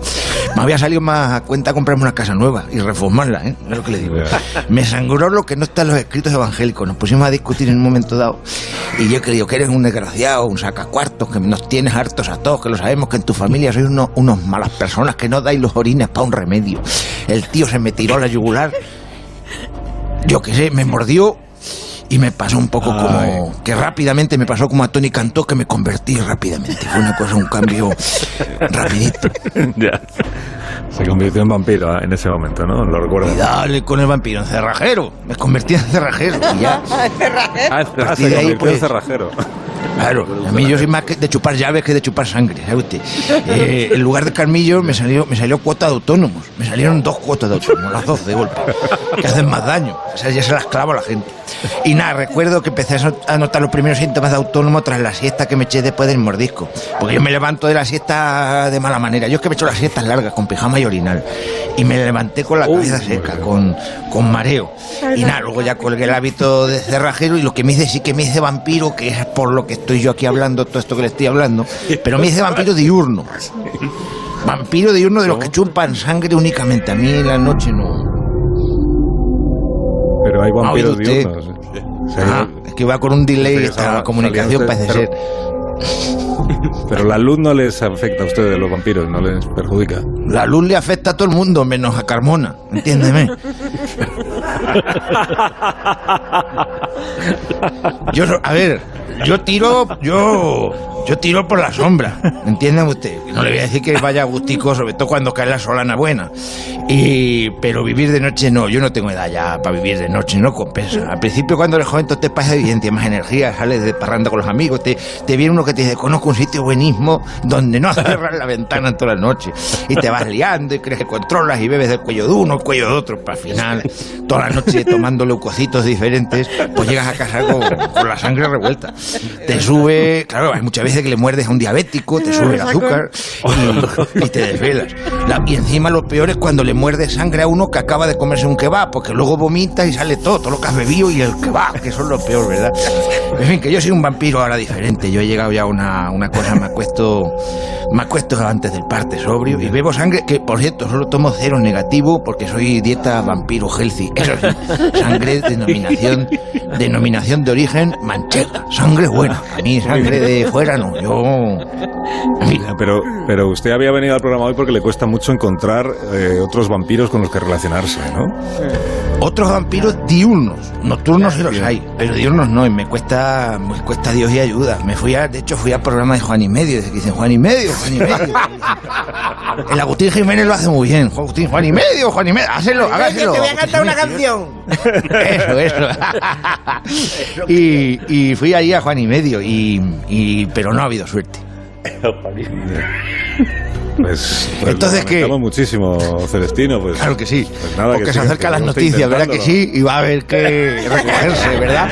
Speaker 14: Me había salido más a cuenta comprarme una casa nueva y reformarla, ¿eh? Es lo que le digo. Me sangró lo que no está en los escritos evangélicos. Nos pusimos a discutir en un momento dado y yo que digo que eres un desgraciado, un sacacuartos, que nos tienes hartos a todos, que lo sabemos, que en tu familia sois unos, unos malas personas, que no dais los orines para un remedio. El tío se me tiró la yugular yo qué sé, me mordió y me pasó un poco como. que rápidamente me pasó como a Tony Cantó, que me convertí rápidamente. Fue una cosa, un cambio rapidito.
Speaker 1: ya. Se convirtió en vampiro ah, en ese momento, ¿no? Lo recuerdo.
Speaker 14: Y dale con el vampiro, en cerrajero. Me convertí en cerrajero y ya.
Speaker 1: Ah,
Speaker 14: A
Speaker 1: ah,
Speaker 14: partir
Speaker 1: se
Speaker 14: de
Speaker 1: convirtió
Speaker 14: ahí,
Speaker 1: en
Speaker 14: pues.
Speaker 1: cerrajero.
Speaker 14: Claro, a mí yo soy más que de chupar llaves que de chupar sangre, ¿sabe usted? Eh, en lugar de Carmillo me salió, me salió cuota de autónomos. Me salieron dos cuotas de autónomos, las dos de golpe. Que hacen más daño. O sea, ya se las clavo a la gente. Y nada, recuerdo que empecé a so- a notar los primeros síntomas de autónomo tras la siesta que me eché después del mordisco. Porque yo me levanto de la siesta de mala manera. Yo es que me echo las siestas largas, con pijama y orinal. Y me levanté con la cabeza seca, con, con mareo. Y nada, luego ya colgué el hábito de cerrajero y lo que me hice sí que me hice vampiro, que es por lo que estoy yo aquí hablando, todo esto que le estoy hablando, pero me hice vampiro diurno. Vampiro diurno de los que chupan sangre únicamente. A mí en la noche no.
Speaker 1: Pero hay
Speaker 14: ¿Ha oído
Speaker 1: vampiros ¿eh?
Speaker 14: usted?
Speaker 1: diurnos.
Speaker 14: Ah, es que va con un delay
Speaker 1: Sí,
Speaker 14: esta
Speaker 1: sal- salía
Speaker 14: comunicación, parece
Speaker 1: usted,
Speaker 14: ser.
Speaker 1: Pero la luz no les afecta a ustedes, los vampiros, no les perjudica.
Speaker 14: La luz le afecta a todo el mundo, menos a Carmona, entiéndeme. Yo, so- a ver, yo tiro, yo, yo tiro por la sombra, entiéndame usted. No le voy a decir que vaya a gustico, sobre todo cuando cae la solana buena. Y, pero vivir de noche no, yo no tengo edad ya para vivir de noche, no compensa. Al principio cuando eres joven todo te pasa bien, tienes más energía, sales de parranda con los amigos, te, te viene uno que te dice, conozco un sitio buenismo donde no cierras la ventana toda la noche. Y te vas liando y crees que controlas y bebes del cuello de uno, el cuello de otro, para al final, toda la noche tomando leucocitos diferentes, pues llegas a casa con, con la sangre revuelta. Te sube, claro, hay muchas veces que le muerdes a un diabético, te sube el azúcar y, y te desvelas. La- y encima lo peor es cuando le muerdes sangre a uno que acaba de comerse un kebab, porque luego vomita y sale todo, todo lo que has bebido y el kebab, que son lo peor, ¿verdad? En fin, que yo soy un vampiro ahora diferente. Yo he llegado ya a una, una cosa, me acuesto, me acuesto antes del parte sobrio y bebo sangre, que por cierto, solo tomo cero negativo porque soy dieta vampiro healthy. Eso sí, sangre denominación, denominación de origen manchega, sangre buena. A mí sangre de fuera no, yo
Speaker 1: Ya, Pero, pero usted había venido al programa hoy porque le cuesta mucho encontrar eh, otros vampiros con los que relacionarse, ¿no?
Speaker 14: Otros vampiros diurnos, nocturnos sí los hay, pero diurnos no, y me cuesta, me cuesta Dios y ayuda. Me fui a, de hecho fui al programa de Juan y Medio, que dicen Juan y Medio, Juan y Medio. El Agustín Jiménez lo hace muy bien, Juan Agustín, Juan y Medio, Juan y Medio, hácelo,
Speaker 13: Venga, que
Speaker 14: hágaselo.
Speaker 13: te voy a cantar una canción.
Speaker 14: Eso, eso. y, y fui allí a Juan y Medio, y, y- pero no ha habido suerte.
Speaker 1: Pues, pues
Speaker 14: Entonces,
Speaker 1: lo lamentamos muchísimo, Celestino. Pues,
Speaker 14: Claro que sí.
Speaker 1: Pues nada,
Speaker 14: Porque
Speaker 1: que
Speaker 14: se
Speaker 1: siga,
Speaker 14: acercan
Speaker 1: que
Speaker 14: las
Speaker 1: yo estoy
Speaker 14: noticias, ¿verdad que
Speaker 1: intentándolo.
Speaker 14: sí? Y va a haber que recogerse, ¿verdad?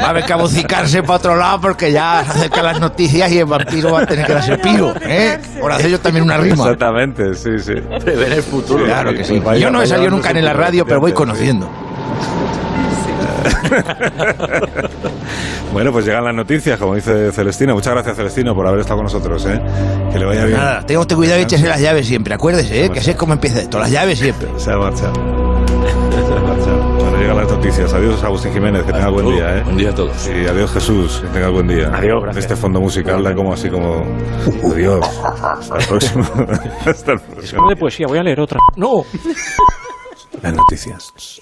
Speaker 14: Va a haber que abocicarse para otro lado porque ya se acercan las noticias y el vampiro va a tener que darse piro, ¿eh? Por hacer yo también una rima.
Speaker 1: Exactamente, sí, sí.
Speaker 2: Prever el futuro.
Speaker 14: Claro que sí.
Speaker 1: Pues vaya-
Speaker 14: Yo no he
Speaker 1: vaya
Speaker 14: salido
Speaker 1: dándose
Speaker 14: nunca en la
Speaker 1: un
Speaker 14: radio, pero voy
Speaker 1: presidente,
Speaker 14: conociendo.
Speaker 1: Bueno, pues llegan las noticias, como dice Celestino. Muchas gracias, Celestino, por haber estado con nosotros. ¿eh? Que le vaya bien.
Speaker 14: Nada, tenga usted cuidado y échese las llaves siempre, acuérdese, ¿eh? Que así es como empieza esto, las llaves siempre.
Speaker 1: Se ha marchado. Se ha marchado. Cuando llegan las noticias. noticias. Adiós, Agustín Jiménez, que tenga buen día. ¿eh? Buen día a todos. Y adiós, Jesús, que tenga buen día. Adiós, gracias. Este fondo musical da como así como... Adiós. Hasta el próximo. Hasta el próximo.
Speaker 12: de poesía, voy a leer otra.
Speaker 1: No. Las noticias.